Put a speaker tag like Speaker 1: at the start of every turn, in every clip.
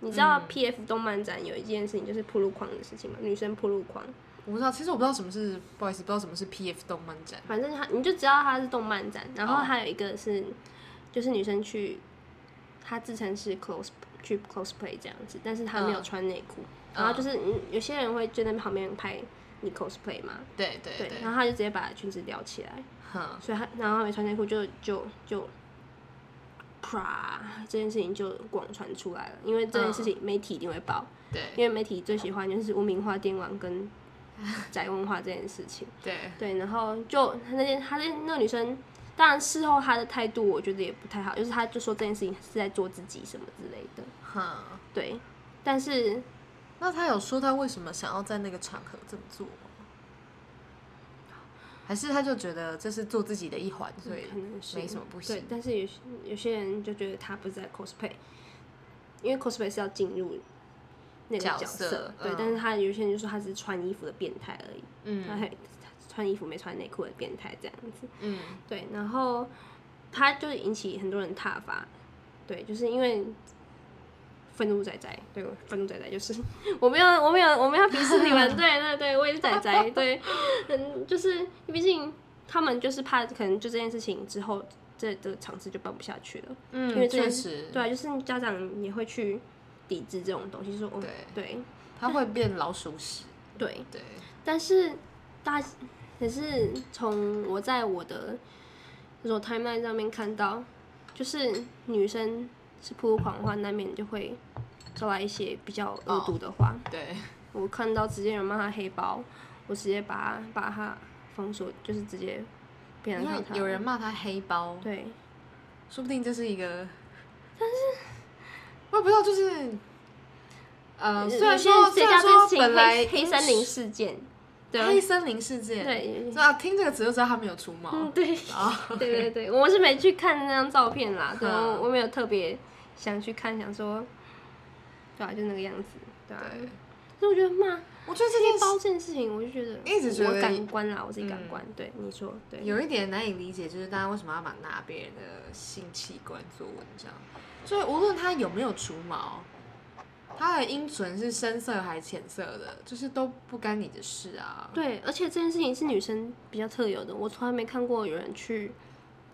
Speaker 1: 你知
Speaker 2: 嗯
Speaker 1: 道 P F 动漫展有一件事情就是铺路狂的事情吗？女生铺路狂，
Speaker 2: 我不知道，其实我不知道什么是，不好意思，不知道什么是 PF 动漫展。
Speaker 1: 反正他你就知道他是动漫展，然后
Speaker 2: 哦
Speaker 1: 还有一个是、就是女生去，她自称是 cos 去 cosplay 这样子，但是她没有
Speaker 2: 嗯
Speaker 1: 穿内裤，
Speaker 2: 嗯
Speaker 1: 然后就是、嗯有些人会就在旁边拍你 cosplay 嘛，
Speaker 2: 对对
Speaker 1: 对，
Speaker 2: 对，嗯
Speaker 1: 然后她就直接把裙子撩起来，
Speaker 2: 哼，
Speaker 1: 所以她然后她没穿内裤就就就。啪！这件事情就广传出来了，因为
Speaker 2: 嗯
Speaker 1: 这件事情媒体一定会报，
Speaker 2: 对
Speaker 1: 因为媒体最喜欢就是污名化电玩跟宅文化这件事 情。
Speaker 2: 对，
Speaker 1: 对，然后就她那件，她那那个女生，当然事后她的态度我觉得也不太好，就是她就说这件事情是在做自己什么之类的，
Speaker 2: 哼。
Speaker 1: 对。但是
Speaker 2: 那他有说他为什么想要在那个场合这么做吗？还是他就觉得这是做自己的一环，呃所以
Speaker 1: 嗯可能是
Speaker 2: 没什么不
Speaker 1: 对
Speaker 2: 行。，
Speaker 1: 但是有些有些人就觉得她不是在 cosplay，因为 cosplay 是要进入那个
Speaker 2: 角
Speaker 1: 角
Speaker 2: 色
Speaker 1: 对。
Speaker 2: 嗯
Speaker 1: 但是她有些人就说她只是穿衣服的变态而已，她
Speaker 2: 嗯
Speaker 1: 还穿衣服没穿内裤的变态这样子。
Speaker 2: 嗯，
Speaker 1: 对，然后他就引起很多人挞伐，对，就是因为愤怒仔仔，对，愤怒仔仔就是我没有，我没有，我没有鄙视你 们，对对对，我也是仔仔，对， 嗯，就是毕竟他们就是怕可能就这件事情之后，这这个场次就办不下去了，
Speaker 2: 嗯
Speaker 1: 因为这
Speaker 2: 确实，
Speaker 1: 对啊，就是家长也会去抵制这种东西，说哦，
Speaker 2: 对
Speaker 1: 对
Speaker 2: 他会变老鼠屎。
Speaker 1: 对，
Speaker 2: 对，
Speaker 1: 但是大可是从我在我的那种 timeline 上面看到，就是女生是扑路狂的话，难免就会招来一些比较恶毒的话。
Speaker 2: 对，
Speaker 1: 我看到直接有人骂她黑包，我直接把她把她封锁，就是直接不想
Speaker 2: 因为
Speaker 1: 看她。
Speaker 2: 有人骂他黑包，
Speaker 1: 对，
Speaker 2: 说不定这是一个，但是我也不知道，就是，呃，虽然
Speaker 1: 有些
Speaker 2: 说
Speaker 1: 谁
Speaker 2: 虽然
Speaker 1: 叫这
Speaker 2: 说
Speaker 1: 情
Speaker 2: 本来
Speaker 1: 黑
Speaker 2: 嗯
Speaker 1: 黑森林事件，对啊
Speaker 2: 黑森林事件，，
Speaker 1: 对，
Speaker 2: 知道听这个词就知道他没有除毛，
Speaker 1: 嗯， 对，
Speaker 2: 哦
Speaker 1: 对对对，我是没去看那张照片啦，对，
Speaker 2: 嗯
Speaker 1: 我我没有特别想去看，想说，对啊，就那个样子，对啊。
Speaker 2: 对，
Speaker 1: 所以我觉得骂
Speaker 2: 我觉得这
Speaker 1: 黑
Speaker 2: 件事
Speaker 1: 包这件事情，我就觉得
Speaker 2: 一直觉
Speaker 1: 我
Speaker 2: 得嗯
Speaker 1: 感官啦，我自己感官，对你说，对，
Speaker 2: 有一点难以理解，就是大家为什么要把拿别人的性器官做文章？所以无论他有没有除毛，他的阴唇是深色还是浅色的，就是都不干你的事啊。
Speaker 1: 对，而且这件事情是女生比较特有的，我从来没看过有人去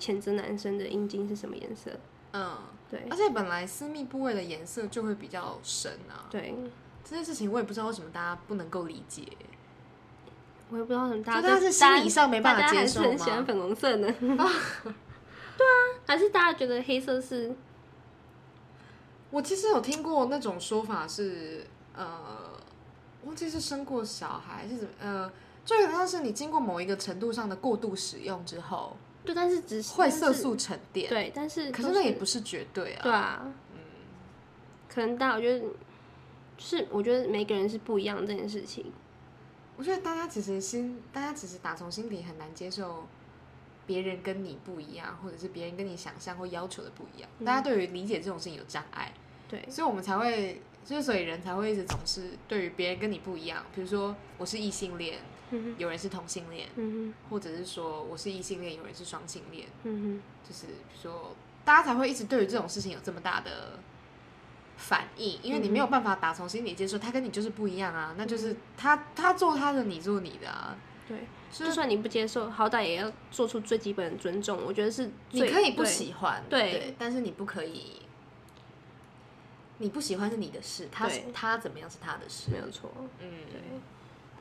Speaker 1: 谴责男生的阴茎是什么颜色，
Speaker 2: 嗯，
Speaker 1: 对
Speaker 2: 而且本来私密部位的颜色就会比较深啊。
Speaker 1: 对，
Speaker 2: 这件事情我也不知道为什么大家不能够理解，
Speaker 1: 我也不知道为什么大
Speaker 2: 就
Speaker 1: 家
Speaker 2: 大家
Speaker 1: 对
Speaker 2: 是心理上没办
Speaker 1: 大
Speaker 2: 法
Speaker 1: 家
Speaker 2: 接
Speaker 1: 还是
Speaker 2: 受
Speaker 1: 很喜欢
Speaker 2: 吗？
Speaker 1: 粉红色呢？ 对啊，还是大家觉得黑色是
Speaker 2: 我其实有听过那种说法是，呃，忘记是生过小孩是怎么，呃，就有点像是你经过某一个程度上的过度使用之后，
Speaker 1: 对，但是只是
Speaker 2: 会色
Speaker 1: 但是
Speaker 2: 素沉淀。
Speaker 1: 对，但是
Speaker 2: 可
Speaker 1: 都
Speaker 2: 是那也不是绝对啊。
Speaker 1: 对啊，嗯，可能大家我觉得就是我觉得每个人是不一样的这件事情，
Speaker 2: 我觉得大家其实心，大家其实打从心底很难接受别人跟你不一样，或者是别人跟你想象或要求的不一样。大家
Speaker 1: 嗯
Speaker 2: 对于理解这种事情有障碍。
Speaker 1: 对
Speaker 2: 所以我们才会，就是所以人才会一直总是对于别人跟你不一样，比如说我是异性恋，
Speaker 1: 嗯
Speaker 2: 有人是同性恋，
Speaker 1: 嗯
Speaker 2: 或者是说我是异性恋，有人是双性恋，
Speaker 1: 哼嗯
Speaker 2: 就是比如说大家才会一直对于这种事情有这么大的反应，因为你没
Speaker 1: 嗯
Speaker 2: 有办法打从心里接受他跟你就是不一样啊，那就是他他做他的，你做你的啊，
Speaker 1: 哼，对，就
Speaker 2: 就
Speaker 1: 是算你不接受，好歹也要做出最基本的尊重，我觉得是
Speaker 2: 你
Speaker 1: 最
Speaker 2: 可以不
Speaker 1: 对
Speaker 2: 喜欢，
Speaker 1: 对
Speaker 2: 但是你不可以。你不喜欢是你的事，他
Speaker 1: 对
Speaker 2: 他怎么样是他的事
Speaker 1: 没，有错，
Speaker 2: 嗯，
Speaker 1: 对。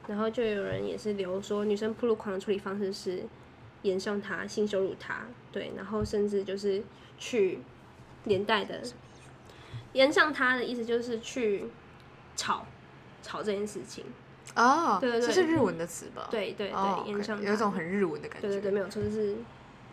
Speaker 1: 然后就有人也是留说，女生铺路狂的处理方式是延上她、性羞辱她，对，然后甚至就是去连带的延上她的意思就是去吵吵这件事情，
Speaker 2: 哦，
Speaker 1: 对对
Speaker 2: 这是日文的词吧？
Speaker 1: 对对对，
Speaker 2: 哦，
Speaker 1: 延上
Speaker 2: OK，
Speaker 1: 她
Speaker 2: 有一种很日文的感觉，
Speaker 1: 对对对，没有错，就是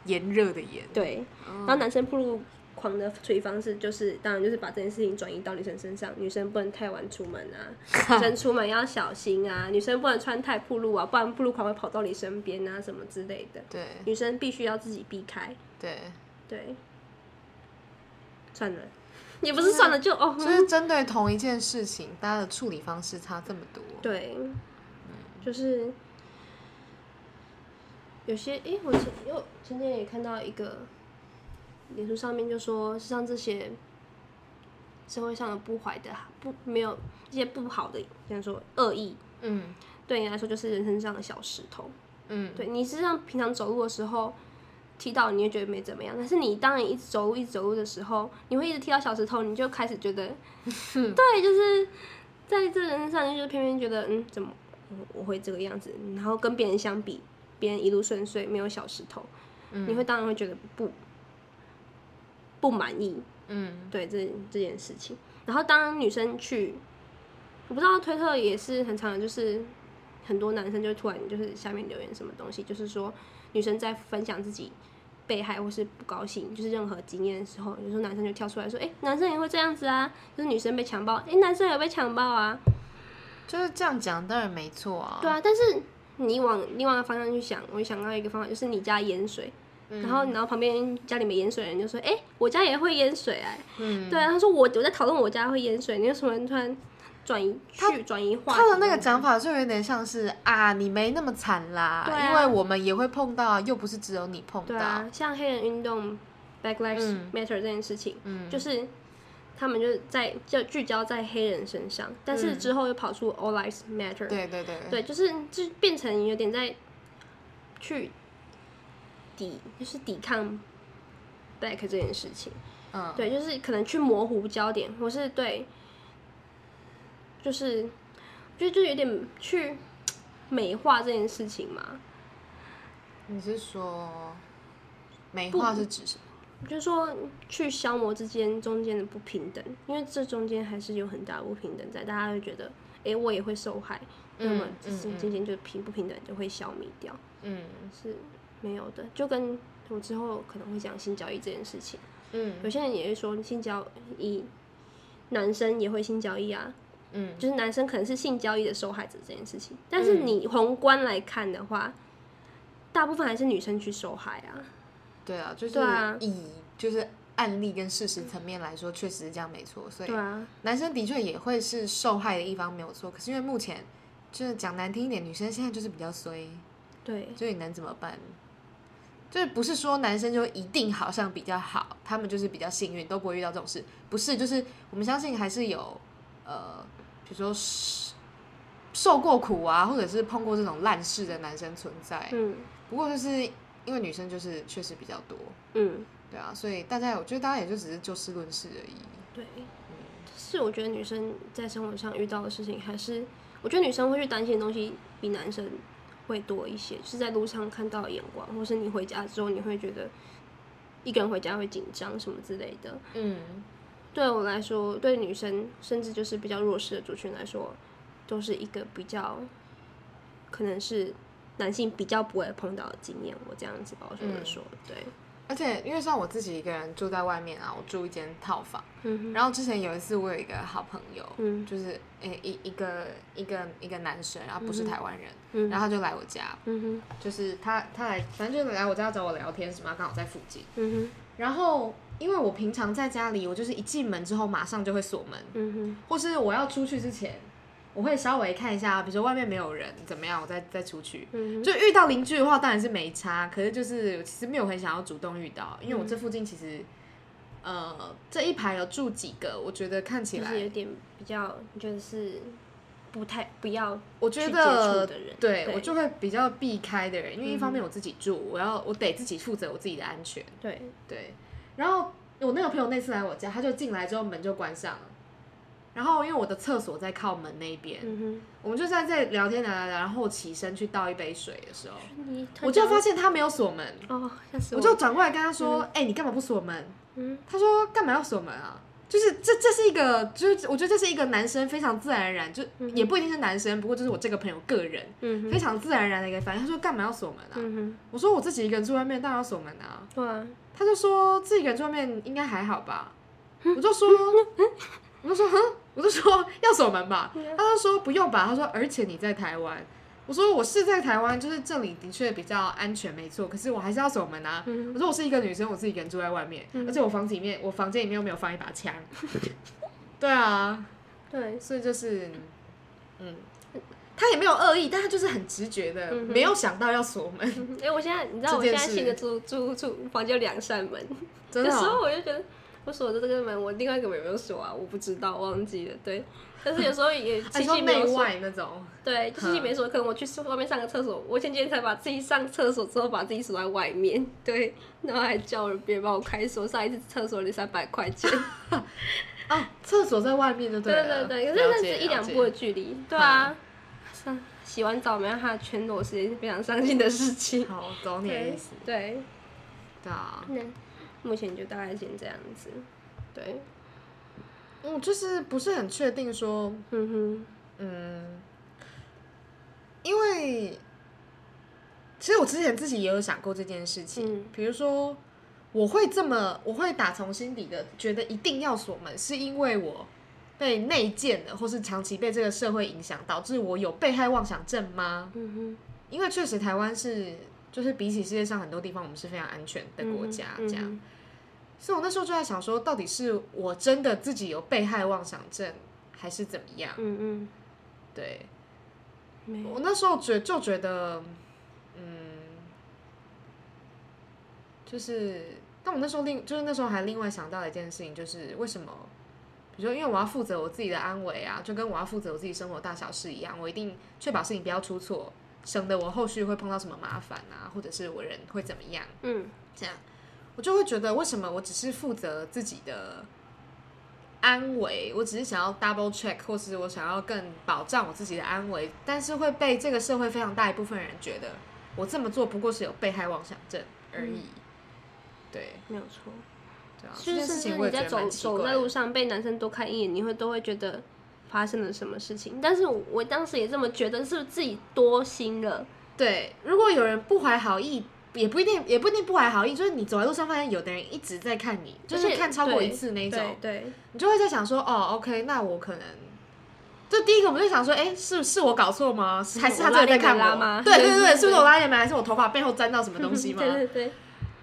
Speaker 2: 炎热的炎，
Speaker 1: 对。然后男生铺路狂的处理方式就是，当然就是把这件事情转移到女生身上，女生不能太晚出门啊，女生出门要小心啊，女生不能穿太铺路啊，不然铺路狂会跑到你身边啊，什么之类的，
Speaker 2: 对
Speaker 1: 女生必须要自己避开。
Speaker 2: 对，
Speaker 1: 对，算了，也不是算了，就哦，
Speaker 2: 就
Speaker 1: 嗯
Speaker 2: 是针对同一件事情，大家的处理方式差这么多，
Speaker 1: 对，就是有些诶，我前又前天也看到一个脸书上面就说，是让这些社会上的不怀的不没有一些不好的，像说恶意，
Speaker 2: 嗯
Speaker 1: 对你来说就是人生上的小石头。
Speaker 2: 嗯，
Speaker 1: 对你是让平常走路的时候踢到，你会觉得没怎么样，但是你当你一直走路一直走路的时候，你会一直踢到小石头，你就开始觉 得，对，就是在这人身上，你就是偏偏觉得，嗯，怎么我我会这个样子？然后跟别人相比，别人一路顺遂，没有小石头，
Speaker 2: 嗯
Speaker 1: 你会当然会觉得不不满意，
Speaker 2: 嗯
Speaker 1: 对这这件事情。然后当女生去，我不知道推特也是很常，就是很多男生就突然就是下面留言什么东西，就是说女生在分享自己被害或是不高兴，就是任何经验的时候，有时候男生就跳出来说：“哎、男生也会这样子啊，就是女生被强暴，哎、男生也被强暴啊。
Speaker 2: 就是这样讲，当然没错啊。”
Speaker 1: 对啊，但是你往另外一个方向去想，我想到一个方法，就是你家淹水，
Speaker 2: 嗯
Speaker 1: 然后然后旁边家里没淹水的人就说：“哎、我家也会淹水啊。”
Speaker 2: 嗯，
Speaker 1: 对啊，他说我我在讨论我家会淹水，你为什么突然转移去转移话题？
Speaker 2: 他的那个讲法就有点像是啊，你没那么惨啦，
Speaker 1: 对啊
Speaker 2: 因为我们也会碰到啊，又不是只有你碰
Speaker 1: 对
Speaker 2: 到。
Speaker 1: 啊，像黑人运动 Black Lives
Speaker 2: 嗯
Speaker 1: Matter 这件事情，
Speaker 2: 嗯，
Speaker 1: 就是他们就是在就聚焦在黑人身上，但是
Speaker 2: 嗯
Speaker 1: 之后又跑出 All Lives Matter，、
Speaker 2: 对对对，
Speaker 1: 对，就是就变成有点在去抵就是抵抗 Black 这件事情。
Speaker 2: 嗯，
Speaker 1: 对，就是可能去模糊焦点，或是对，就是就就有点去美化这件事情嘛。
Speaker 2: 你是说美化是指什么？
Speaker 1: 就是说去消磨之间中间的不平等，因为这中间还是有很大的不平等在，大家会觉得，诶，我也会受害，那么
Speaker 2: 嗯
Speaker 1: 这是
Speaker 2: 嗯嗯
Speaker 1: 中间就平不平等就会消弭掉，
Speaker 2: 嗯
Speaker 1: 是没有的。就跟我之后可能会讲性交易这件事情，有
Speaker 2: 嗯
Speaker 1: 些人也会说性交易，男生也会性交易啊，
Speaker 2: 嗯，
Speaker 1: 就是男生可能是性交易的受害者这件事情，但是你宏观来看的话，大部分还是女生去受害啊。
Speaker 2: 对啊，就是
Speaker 1: 对啊
Speaker 2: 以就是案例跟事实层面来说，确实是这样没错。所以
Speaker 1: 对啊，
Speaker 2: 男生的确也会是受害的一方，没有错。可是因为目前就是讲难听一点，女生现在就是比较衰，
Speaker 1: 对
Speaker 2: 所以能怎么办？就是不是说男生就一定好像比较好，他们就是比较幸运，都不会遇到这种事。不是，就是我们相信还是有呃，比如说是受过苦啊，或者是碰过这种烂事的男生存在。
Speaker 1: 嗯
Speaker 2: 不过就是因为女生就是确实比较多，
Speaker 1: 嗯，
Speaker 2: 对啊，所以大家我觉得大家也就只是就事论事而已。
Speaker 1: 对。
Speaker 2: 嗯
Speaker 1: 是我觉得女生在生活上遇到的事情，还是我觉得女生会去担心的东西比男生会多一些，就是在路上看到的眼光，或是你回家之后你会觉得一个人回家会紧张什么之类的。
Speaker 2: 嗯
Speaker 1: 对我来说，对女生甚至就是比较弱势的族群来说，都是一个比较可能是男性比较不会碰到的经验。我这样子保守
Speaker 2: 嗯
Speaker 1: 的说，对，
Speaker 2: 而且因为像我自己一个人住在外面啊，我住一间套房。
Speaker 1: 嗯
Speaker 2: 然后之前有一次，我有一个好朋友，
Speaker 1: 嗯
Speaker 2: 就是诶一一个一个一个男生，然后不是台湾人，
Speaker 1: 嗯
Speaker 2: 然后他就来我家，
Speaker 1: 嗯哼，
Speaker 2: 就是他他来，反正就是来我家找我聊天什么，刚好在附近。
Speaker 1: 嗯哼，
Speaker 2: 然后因为我平常在家里，我就是一进门之后马上就会锁门，
Speaker 1: 嗯哼，
Speaker 2: 或是我要出去之前，我会稍微看一下，比如说外面没有人怎么样，我再再出去。
Speaker 1: 嗯
Speaker 2: 就遇到邻居的话，当然是没差。可是就是其实没有很想要主动遇到，因为我这附近其实，呃，这一排有住几个，我觉得看起
Speaker 1: 就
Speaker 2: 来
Speaker 1: 是有点比较，就是不太不要，
Speaker 2: 我觉
Speaker 1: 去接触
Speaker 2: 得
Speaker 1: 的人
Speaker 2: 对
Speaker 1: 对
Speaker 2: 我就会比较避开的人，因为一方面我自己住，我要我得自己负责我自己的安全，
Speaker 1: 对，
Speaker 2: 对。然后我那个朋友那次来我家，他就进来之后门就关上了，然后因为我的厕所在靠门那边，
Speaker 1: 嗯
Speaker 2: 我们就在这里聊天聊聊聊，然后我起身去倒一杯水的时候，
Speaker 1: 哼，你突然
Speaker 2: 我就
Speaker 1: 讲
Speaker 2: 发现他没有锁门，
Speaker 1: 哦，吓死
Speaker 2: 我就转过来跟他说：“哎、你干嘛不锁门
Speaker 1: 嗯？”
Speaker 2: 他说：“干嘛要锁门啊？”就是这，这是一个，就是我觉得这是一个男生非常自然而然，就也不一定是男生，不过就是我这个朋友个人，
Speaker 1: 嗯哼，
Speaker 2: 非常自然而然的一个反应。他说干嘛要锁门啊？
Speaker 1: 嗯哼，
Speaker 2: 我说我自己一个人住外面，当然要锁门啊。
Speaker 1: 对啊，
Speaker 2: 他就说自己一个人住外面应该还好吧。
Speaker 1: 嗯
Speaker 2: 我就说，我就说，哼，我就说 要锁门吧。
Speaker 1: 嗯
Speaker 2: 他就说不用吧。他说而且你在台湾。我说我是在台湾，就是这里的确比较安全，没错。可是我还是要锁门啊。
Speaker 1: 嗯
Speaker 2: 我说我是一个女生，我自己一个人住在外面，而且我房子里面，我房间里面又没有放一把枪。对啊，
Speaker 1: 对，
Speaker 2: 所以就是，嗯，他也没有恶意，但他就是很直觉的，
Speaker 1: 嗯哼
Speaker 2: 没有想到要锁门，
Speaker 1: 嗯哎、我现在你知道
Speaker 2: 这
Speaker 1: 我
Speaker 2: 件
Speaker 1: 现在
Speaker 2: 事
Speaker 1: 新的租租住房就有两扇门，
Speaker 2: 真
Speaker 1: 有
Speaker 2: 的
Speaker 1: 时
Speaker 2: 哦、
Speaker 1: 候我就觉得，我锁着这个门，我另外一个门有没有锁啊？我不知道，忘记了。对， 但是有时候也
Speaker 2: 还
Speaker 1: 亲
Speaker 2: 说
Speaker 1: 戚没
Speaker 2: 内
Speaker 1: 有锁，
Speaker 2: 外那种，
Speaker 1: 对，亲戚没锁，可能我去外面上个厕所，我前几天才把自己上厕所之后把自己锁在外面，对， 然后还叫人别人帮我开锁，上一次厕所得三百块钱。
Speaker 2: 哦，厕所在外面就
Speaker 1: 对
Speaker 2: 了。
Speaker 1: 对对，啊可是那
Speaker 2: 了解
Speaker 1: 是一两
Speaker 2: 了解
Speaker 1: 步的距离，对啊。上洗完澡没让他全裸是件非常伤心的事情。
Speaker 2: 好，我懂你的
Speaker 1: 对
Speaker 2: 意思。
Speaker 1: 对，
Speaker 2: 对啊，
Speaker 1: 那目前就大概先这样子。对，
Speaker 2: 我嗯就是不是很确定说，
Speaker 1: 嗯
Speaker 2: 嗯，因为其实我之前自己也有想过这件事情，
Speaker 1: 嗯
Speaker 2: 比如说我会这么，我会打从心底的觉得一定要锁门，是因为我被内建的，或是长期被这个社会影响，导致我有被害妄想症吗
Speaker 1: 哼，？嗯哼。
Speaker 2: 因为确实台湾是，就是比起世界上很多地方，我们是非常安全的国家，这样。
Speaker 1: 嗯
Speaker 2: 所以我那时候就在想说，到底是我真的自己有被害妄想症，还是怎么样？
Speaker 1: 嗯嗯
Speaker 2: 对
Speaker 1: 没有
Speaker 2: 我那时候觉就觉得，嗯，就是，但我那时候另就是那时候还另外想到一件事情，就是为什么，比如说因为我要负责我自己的安危啊，就跟我要负责我自己生活大小事一样，我一定确保事情不要出错，省得我后续会碰到什么麻烦啊，或者是我人会怎么样。
Speaker 1: 嗯
Speaker 2: 这样，我就会觉得为什么我只是负责自己的安危，我只是想要 double check，或是我想要更保障我自己的安危，但是会被这个社会非常大一部分人觉得我这么做不过是有被害妄想症而已。对，
Speaker 1: 没有错，
Speaker 2: 对啊，
Speaker 1: 就嗯
Speaker 2: 这
Speaker 1: 是
Speaker 2: 件
Speaker 1: 甚
Speaker 2: 事
Speaker 1: 至
Speaker 2: 情
Speaker 1: 你
Speaker 2: 我也觉
Speaker 1: 在
Speaker 2: 得
Speaker 1: 走
Speaker 2: 蛮奇
Speaker 1: 走
Speaker 2: 怪
Speaker 1: 在路
Speaker 2: 的。
Speaker 1: 上被男生多看一眼，你会都会觉得发生了什么事情。但是我我当时也这么觉得，是不是自己多心了？
Speaker 2: 对，如果有人不怀好意。也不一定，也不一定不怀好意，就是你走在路上发现有的人一直在看你，就是
Speaker 1: 而且
Speaker 2: 看超过
Speaker 1: 对
Speaker 2: 一次那一种
Speaker 1: 对，对，
Speaker 2: 你就会在想说，哦，OK，那我可能，就第一个我们就想说，哎、是是我搞错吗？是还是他真的在看
Speaker 1: 我拉链没拉
Speaker 2: 我？
Speaker 1: 吗
Speaker 2: 对对 对，
Speaker 1: 对
Speaker 2: 是不是我拉链没拉？还是我头发背后沾到什么东西吗？
Speaker 1: 对对对，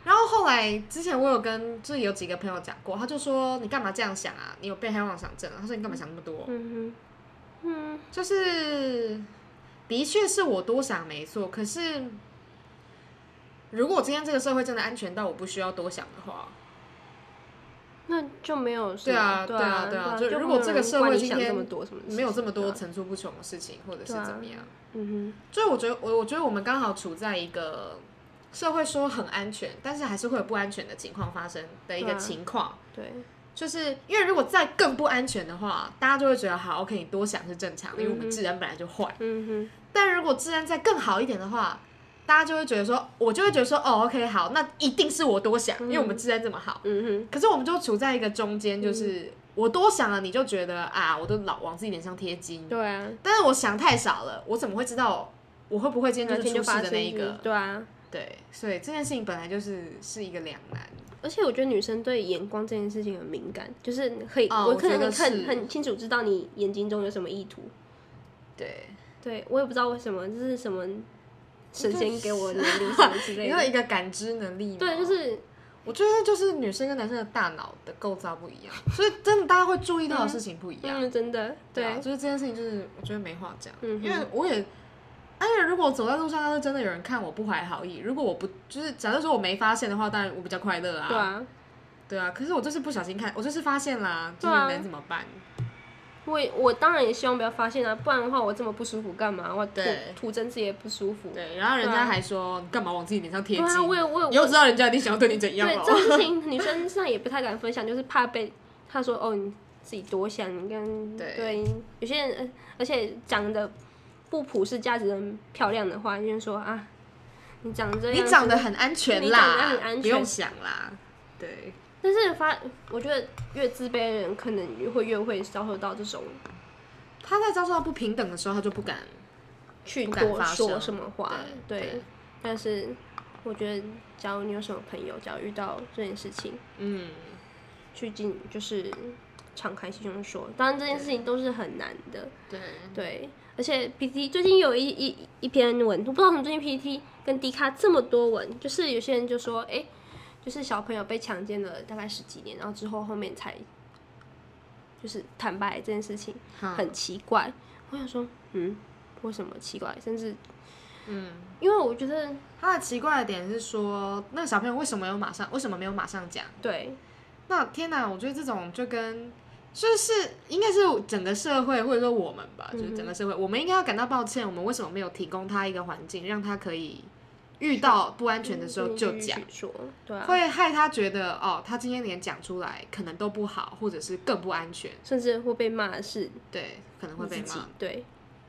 Speaker 2: 然后后来之前我有跟就是有几个朋友讲过，他就说你干嘛这样想啊？你有被害妄想症啊？他说你干嘛想那么多？
Speaker 1: 嗯哼，嗯
Speaker 2: 就是的确是我多想没错，可是如果今天这个社会真的安全到我不需要多想的话，
Speaker 1: 那就没有什
Speaker 2: 对啊
Speaker 1: 么
Speaker 2: 对
Speaker 1: 对
Speaker 2: 啊对
Speaker 1: 对
Speaker 2: 啊
Speaker 1: 啊，
Speaker 2: 就
Speaker 1: 就
Speaker 2: 如果
Speaker 1: 没有
Speaker 2: 这个
Speaker 1: 人
Speaker 2: 社
Speaker 1: 管
Speaker 2: 会
Speaker 1: 你
Speaker 2: 今
Speaker 1: 想这
Speaker 2: 天
Speaker 1: 么多什么事情，
Speaker 2: 没有这么多
Speaker 1: 对啊
Speaker 2: 层出不穷的事情，或者是
Speaker 1: 对啊
Speaker 2: 怎么样？
Speaker 1: 嗯
Speaker 2: 所以我觉得，我我觉得我们刚好处在一个社会说很安全，但是还是会有不安全的情况发生的一个
Speaker 1: 对啊
Speaker 2: 情况，
Speaker 1: 哼，对，
Speaker 2: 就是因为如果再更不安全的话，大家就会觉得好，OK，你多想是正常的，因为我们治安本来就坏。
Speaker 1: 嗯
Speaker 2: 但如果治安再更好一点的话，大家就会觉得说，我就会觉得说，哦，OK，好，那一定是我多
Speaker 1: 嗯
Speaker 2: 想，因为我们治安这么好
Speaker 1: 哼，。嗯哼，
Speaker 2: 可是我们就处在一个中
Speaker 1: 嗯
Speaker 2: 间，就是、我多想了，你就觉得啊，我都老往自己脸上贴金。
Speaker 1: 对啊，
Speaker 2: 但是我想太少了，我怎么会知道我会不会今天
Speaker 1: 那
Speaker 2: 就
Speaker 1: 天
Speaker 2: 是
Speaker 1: 就
Speaker 2: 出事
Speaker 1: 发
Speaker 2: 的
Speaker 1: 生
Speaker 2: 那一个？
Speaker 1: 对啊，
Speaker 2: 对，所以这件事情本来就是是一个两难。
Speaker 1: 而且我觉得女生对眼光这件事情很敏感，就是可以，
Speaker 2: 哦
Speaker 1: 我
Speaker 2: 我
Speaker 1: 可
Speaker 2: 觉得
Speaker 1: 能很
Speaker 2: 是
Speaker 1: 很清楚知道你眼睛中有什么意图。
Speaker 2: 对，
Speaker 1: 对我也不知道为什么，这是什么神仙给我的能力什么之 类
Speaker 2: 你有
Speaker 1: 的。
Speaker 2: 一个感知能力吗
Speaker 1: 对，就是
Speaker 2: 我觉得就是女生跟男生的大脑的构造 不一样，所以真的大家会注意到的事情不一样。
Speaker 1: 嗯，真的
Speaker 2: 对啊，
Speaker 1: 对，
Speaker 2: 就是这件事情，就是我觉得没话讲，
Speaker 1: 嗯哼
Speaker 2: 因为我也，而且如果走在路上，要是真的有人看我不怀好意，如果我不就是假设说我没发现的话，当然我比较快乐啊，
Speaker 1: 对啊，
Speaker 2: 对啊，可是我就是不小心看，我就是发现啦，就
Speaker 1: 对
Speaker 2: 是
Speaker 1: 啊
Speaker 2: 能怎么办？
Speaker 1: 我也我当然也希望不要发现啊，不然的话我这么不舒服干嘛？我徒
Speaker 2: 对
Speaker 1: 徒增自己的不舒服。
Speaker 2: 对，然后人
Speaker 1: 对
Speaker 2: 家
Speaker 1: 啊
Speaker 2: 还说你干嘛往自己脸上贴
Speaker 1: 对
Speaker 2: 金？
Speaker 1: 啊，我也我也
Speaker 2: 以后知道人家一定想要对你怎样哦
Speaker 1: 对
Speaker 2: 了。
Speaker 1: 这种事情，女生上也不太敢分享，就是怕被她说哦，你自己多想，你跟
Speaker 2: 对
Speaker 1: 有些人，呃而且讲的不普世价值的漂亮的话，就是说啊，你长这样，
Speaker 2: 你长得很安全
Speaker 1: 你
Speaker 2: 啦，
Speaker 1: 长得很安全
Speaker 2: 不用想啦。对，
Speaker 1: 但是发，我觉得越自卑的人，可能越会越会遭受到这种
Speaker 2: 他在遭受到不平等的时候，他就不敢。
Speaker 1: 去
Speaker 2: 不敢
Speaker 1: 多
Speaker 2: 发
Speaker 1: 说
Speaker 2: 声
Speaker 1: 什么话，
Speaker 2: 对
Speaker 1: 对。
Speaker 2: 对
Speaker 1: 但是我觉得，假如你有什么朋友，假如遇到这件事情，
Speaker 2: 嗯，
Speaker 1: 去进就是敞开心胸说，当然这件事情都是很难的。
Speaker 2: 对，
Speaker 1: 对，而且 PPT 最近有一一一篇文，我不知道为什么最近 PPT 跟 D 卡这么多文，就是有些人就说，哎、就是小朋友被强奸了大概十几年，然后之后后面才就是坦白这件事情
Speaker 2: 好，
Speaker 1: 很奇怪。我想说，嗯，为什么奇怪？甚至
Speaker 2: 嗯，
Speaker 1: 因为我觉得，
Speaker 2: 他的奇怪的点是说，那个小朋友为什么有马上，为什么没有马上讲？
Speaker 1: 对，
Speaker 2: 那天哪，我觉得这种就跟就是应该是整个社会或者说我们吧，
Speaker 1: 嗯
Speaker 2: 就是整个社会，我们应该要感到抱歉，我们为什么没有提供他一个环境，让他可以遇到不安全的
Speaker 1: 嗯
Speaker 2: 时候就讲，
Speaker 1: 说，对啊，
Speaker 2: 会害他觉得哦，他今天连讲出来可能都不好，或者是更不安全，
Speaker 1: 甚至会被骂的是
Speaker 2: 对，可能会
Speaker 1: 你
Speaker 2: 被
Speaker 1: 自己
Speaker 2: 骂。，
Speaker 1: 对，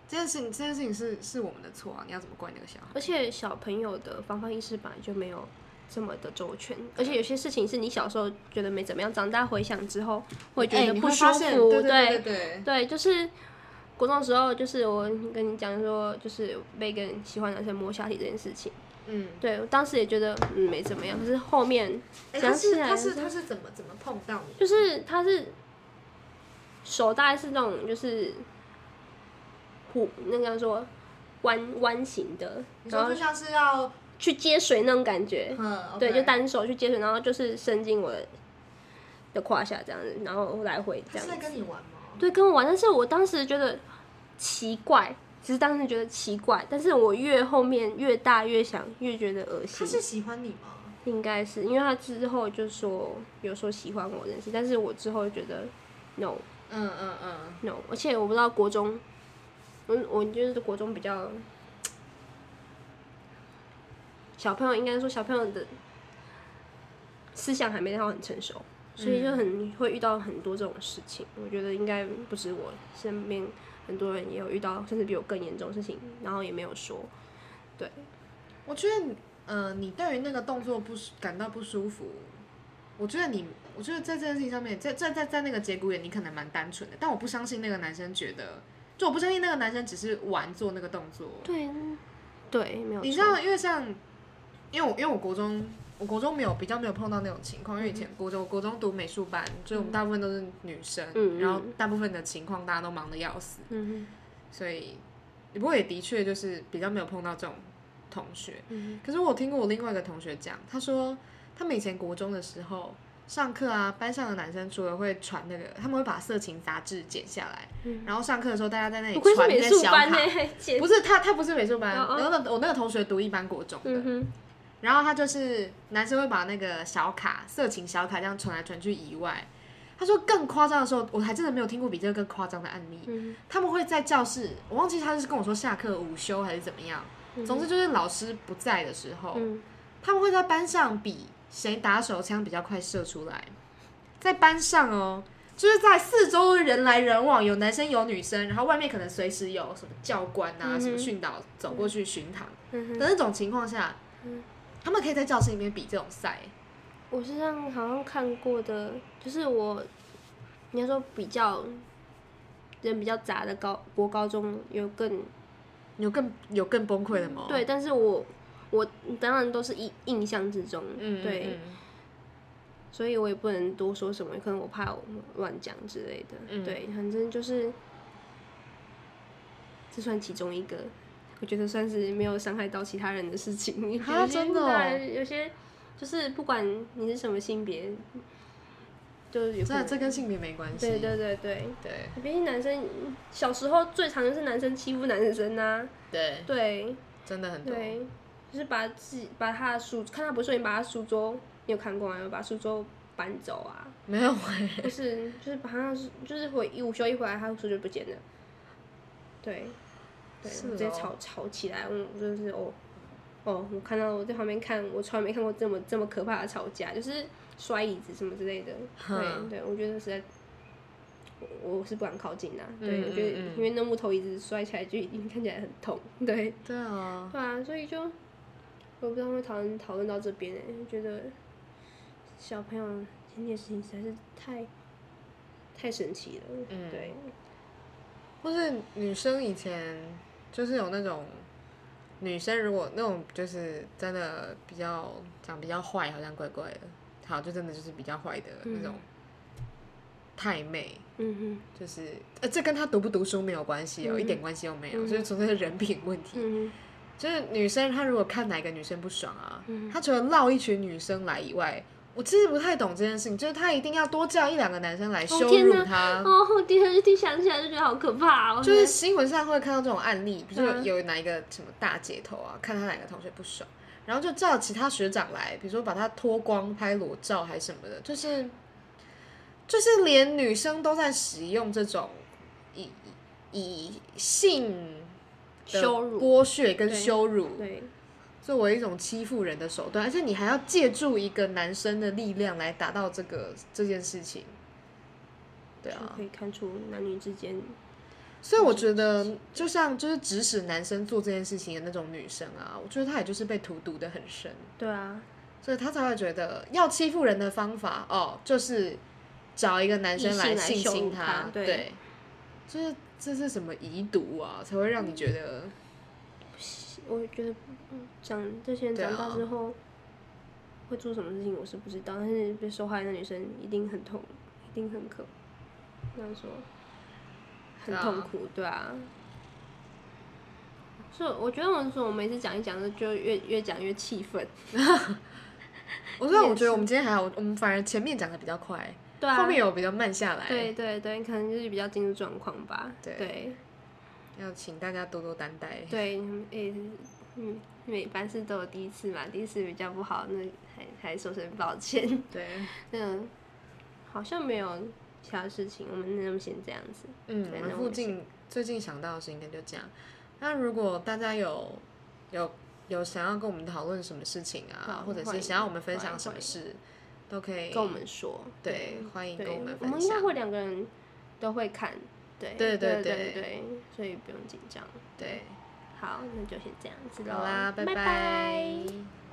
Speaker 2: 这件事情，这件事情是是我们的错啊！你要怎么怪那个小孩？
Speaker 1: 而且小朋友的防范意识本来就没有这么的周全，而且有些事情是你小时候觉得没怎么样，长大回想之后会觉
Speaker 2: 哎
Speaker 1: 得
Speaker 2: 你
Speaker 1: 不
Speaker 2: 会
Speaker 1: 舒
Speaker 2: 发
Speaker 1: 服，
Speaker 2: 现对对对，
Speaker 1: 对，就是国中的时候，就是我跟你讲说，就是被跟喜欢的男生摸下体这件事情，
Speaker 2: 嗯，
Speaker 1: 对我当时也觉得嗯没怎么样，可是后面
Speaker 2: 哎
Speaker 1: 想
Speaker 2: 他
Speaker 1: 起
Speaker 2: 是
Speaker 1: 来
Speaker 2: 他是
Speaker 1: 的时
Speaker 2: 他是怎么怎么碰到你？
Speaker 1: 就是他是手大概是那种就是虎那个叫做弯弯形的，
Speaker 2: 你
Speaker 1: 然
Speaker 2: 说
Speaker 1: 后
Speaker 2: 就像是要
Speaker 1: 去接水那种感觉，
Speaker 2: 嗯，
Speaker 1: 对，就
Speaker 2: OK
Speaker 1: 单手去接水，然后就是伸进我的胯下这样子，然后来回这
Speaker 2: 他
Speaker 1: 样
Speaker 2: 是在跟
Speaker 1: 子。
Speaker 2: 你玩吗？
Speaker 1: 对，跟我玩，但是我当时觉得奇怪，其实当时觉得奇怪，但是我越后面越大越想，越觉得恶
Speaker 2: 他
Speaker 1: 心。
Speaker 2: 是喜欢你吗？
Speaker 1: 应该是因为他之后就说有说喜欢我认识，但是我之后就觉得 no
Speaker 2: 嗯嗯嗯，
Speaker 1: no，而且我不知道国中，我我就是国中比较小朋友，应该说小朋友的思想还没到很成熟，所以就很会遇到很多这种事情。我觉得应该不止我身边很多人也有遇到，甚至比我更严重的事情，然后也没有说。
Speaker 2: 我觉得你，呃，你对于那个动作不舒感到不舒服，我觉得你，我觉得在这件事情上面，在在在在那个节骨眼，你可能蛮单纯的，但我不相信那个男生觉得，就我不相信那个男生只是玩做那个动作，
Speaker 1: 对，啊对，没有
Speaker 2: 你知
Speaker 1: 错。
Speaker 2: 道，因为像，因为我因为我国中，我国中没有比较没有碰到那种情况，因为以
Speaker 1: 嗯
Speaker 2: 前国中国中读美术班，所以我们大部分都是女生，
Speaker 1: 嗯嗯
Speaker 2: 然后大部分的情况大家都忙得要死，
Speaker 1: 嗯
Speaker 2: 所以不过也的确就是比较没有碰到这种同学。
Speaker 1: 嗯
Speaker 2: 可是我听过我另外一个同学讲，他说他们以前国中的时候上课啊，班上的男生除了会传那个，他们会把色情杂志剪下来，
Speaker 1: 嗯
Speaker 2: 然后上课的时候大哎家在那
Speaker 1: 哼，
Speaker 2: 里
Speaker 1: 不愧是美
Speaker 2: 传那些
Speaker 1: 术
Speaker 2: 小
Speaker 1: 班
Speaker 2: 卡
Speaker 1: 呢、。 姐
Speaker 2: 不是他，他不是美术班。
Speaker 1: 哦哦
Speaker 2: 然后呢我那个同学读一般国中的，
Speaker 1: 嗯哼，
Speaker 2: 然后他就是男生会把那个小卡、色情小卡这样传来传去以外，他说更夸张的时候，我还真的没有听过比这个更夸张的案例。
Speaker 1: 嗯
Speaker 2: 他们会在教室，我忘记他是跟我说下课、午休还是怎么样，总之就是老师不在的时候，
Speaker 1: 嗯，
Speaker 2: 他们会在班上比谁打手枪比较快射出来，在班上哦。就是在四周人来人往，有男生有女生，然后外面可能随时有什么教官啊、
Speaker 1: 嗯哼
Speaker 2: 什么训导走过去巡堂
Speaker 1: 嗯哼嗯
Speaker 2: 的那种情况下，他们可以在教室里面比这种赛，
Speaker 1: 我是上好像看过的，就是我，你要说比较人比较杂的高国高中有更
Speaker 2: 有更有更崩溃的吗？
Speaker 1: 对，但是我我当然都是印印象之中，
Speaker 2: 嗯，嗯，
Speaker 1: 对，所以我也不能多说什么，可能我怕我乱讲之类的，
Speaker 2: 嗯
Speaker 1: 对，反正就是这算其中一个，我觉得算是没有伤害到其他人的事情， 有
Speaker 2: 啊
Speaker 1: 些
Speaker 2: 真的哦
Speaker 1: 对啊有些就是不管你是什么性别，就是有可
Speaker 2: 嗯，真的
Speaker 1: 能
Speaker 2: 这跟性别没关系。
Speaker 1: 对对对对，
Speaker 2: 对
Speaker 1: 毕竟男生小时候最常就是男生欺负男生呐、
Speaker 2: 对
Speaker 1: 对
Speaker 2: 真的很多。
Speaker 1: 对，就是把自己把他的书看他不顺眼，把他书桌，你有看过吗？把书桌搬走啊，
Speaker 2: 没有哎、
Speaker 1: 不是就是把他的书就是回一午休一回来，他的书就不见了，对，对，
Speaker 2: 是哦
Speaker 1: 直接吵吵起来，我我真的是哦哦，我看到我在旁边看，我从来没看过这么这么可怕的吵架，就是摔椅子什么之类的，对
Speaker 2: 哼
Speaker 1: 对，我觉得实在。我我是不敢靠近的、啊对，
Speaker 2: 嗯
Speaker 1: 我觉得
Speaker 2: 嗯嗯
Speaker 1: 因为那木头椅子摔起来就已经看起来很痛，对，
Speaker 2: 对啊，
Speaker 1: 对啊，所以就我不知道会讨论讨论到这边、欸，觉得小朋友经历的事情实在是太太神奇了。
Speaker 2: 嗯
Speaker 1: 对，
Speaker 2: 或是女生以前就是有那种女生，如果那种就是真的比较讲比较坏，好像怪怪的，好就真的就是比较坏的那种太妹，
Speaker 1: 嗯
Speaker 2: 就是呃这跟她读不读书没有关系哦，
Speaker 1: 嗯
Speaker 2: 一点关系都没有，
Speaker 1: 嗯
Speaker 2: 就是纯粹是人品问题
Speaker 1: 哼，。嗯
Speaker 2: 就是女生，她如果看哪个女生不爽啊，
Speaker 1: 嗯
Speaker 2: 她除了绕一群女生来以外，我其实不太懂这件事情，就是她一定要多叫一两个男生来
Speaker 1: 哦
Speaker 2: 羞
Speaker 1: 天
Speaker 2: 辱
Speaker 1: 哪
Speaker 2: 她。
Speaker 1: 哼，哦，第一听想起来就觉得好可怕哦。
Speaker 2: 就是新闻上会看到这种案例，比如说
Speaker 1: 嗯
Speaker 2: 有哪一个什么大姐头啊，看她哪个同学不爽，然后就叫其他学长来，比如说把她脱光拍裸照还是什么的，就是就是连女生都在使用这种以以性的
Speaker 1: 羞辱，
Speaker 2: 剥削跟
Speaker 1: 对
Speaker 2: 羞辱
Speaker 1: 对
Speaker 2: 作为一种欺负人的手段，而且你还要借助一个男生的力量来达到这个这件事情。对
Speaker 1: 就
Speaker 2: 啊，
Speaker 1: 可以看出男女之间
Speaker 2: 所以我觉得，就像就是指使男生做这件事情的那种女生啊，我觉得她也就是被荼毒的很深，
Speaker 1: 对啊，
Speaker 2: 所以她才会觉得要欺负人的方法哦，就是找一个男生
Speaker 1: 异性来
Speaker 2: 性
Speaker 1: 羞
Speaker 2: 侵
Speaker 1: 辱
Speaker 2: 她
Speaker 1: 她对
Speaker 2: 对，就是这是什么遗毒啊，才会让你 觉得
Speaker 1: 我觉得嗯长这些人
Speaker 2: 对啊
Speaker 1: 长大之后、会做什么事情我是不知道，但是被受害的女生一定很痛，一定很可，这样说很
Speaker 2: 对啊
Speaker 1: 痛苦，对啊。所以我觉得我们说，我每次讲一讲，就越越讲越气愤，
Speaker 2: 我虽然我觉得我们今天还好，我们反而前面讲的比较快，
Speaker 1: 对啊，
Speaker 2: 后面有比较慢下来。
Speaker 1: 对对对，可能就是比较进入状况吧，
Speaker 2: 对
Speaker 1: 对
Speaker 2: 要请大家多多担 待。
Speaker 1: 对，嗯诶、嗯，每凡事都有第一次嘛，第一次比较不好，那还还说声抱歉。
Speaker 2: 对，
Speaker 1: 嗯，好像没有其他事情，我们那么先这样子。
Speaker 2: 嗯，
Speaker 1: 对
Speaker 2: 我
Speaker 1: 那
Speaker 2: 们
Speaker 1: 我
Speaker 2: 附
Speaker 1: 们
Speaker 2: 近最近想到的事应该就这样。那如果大家有有有想要跟我们讨论什么事情啊
Speaker 1: 好，
Speaker 2: 或者
Speaker 1: 欢
Speaker 2: 是
Speaker 1: 迎
Speaker 2: 想要我们分享
Speaker 1: 欢
Speaker 2: 什么
Speaker 1: 迎
Speaker 2: 事，都可以
Speaker 1: 跟我们说，
Speaker 2: 对，欢迎
Speaker 1: 对
Speaker 2: 跟我们
Speaker 1: 我
Speaker 2: 分
Speaker 1: 们应该
Speaker 2: 享。
Speaker 1: 会两个人都会看，对，
Speaker 2: 对对
Speaker 1: 对
Speaker 2: 对
Speaker 1: 对对，所以不用紧张。
Speaker 2: 对，
Speaker 1: 好，那就先这样子
Speaker 2: 好
Speaker 1: 喽，
Speaker 2: 啦，拜
Speaker 1: 拜。
Speaker 2: 拜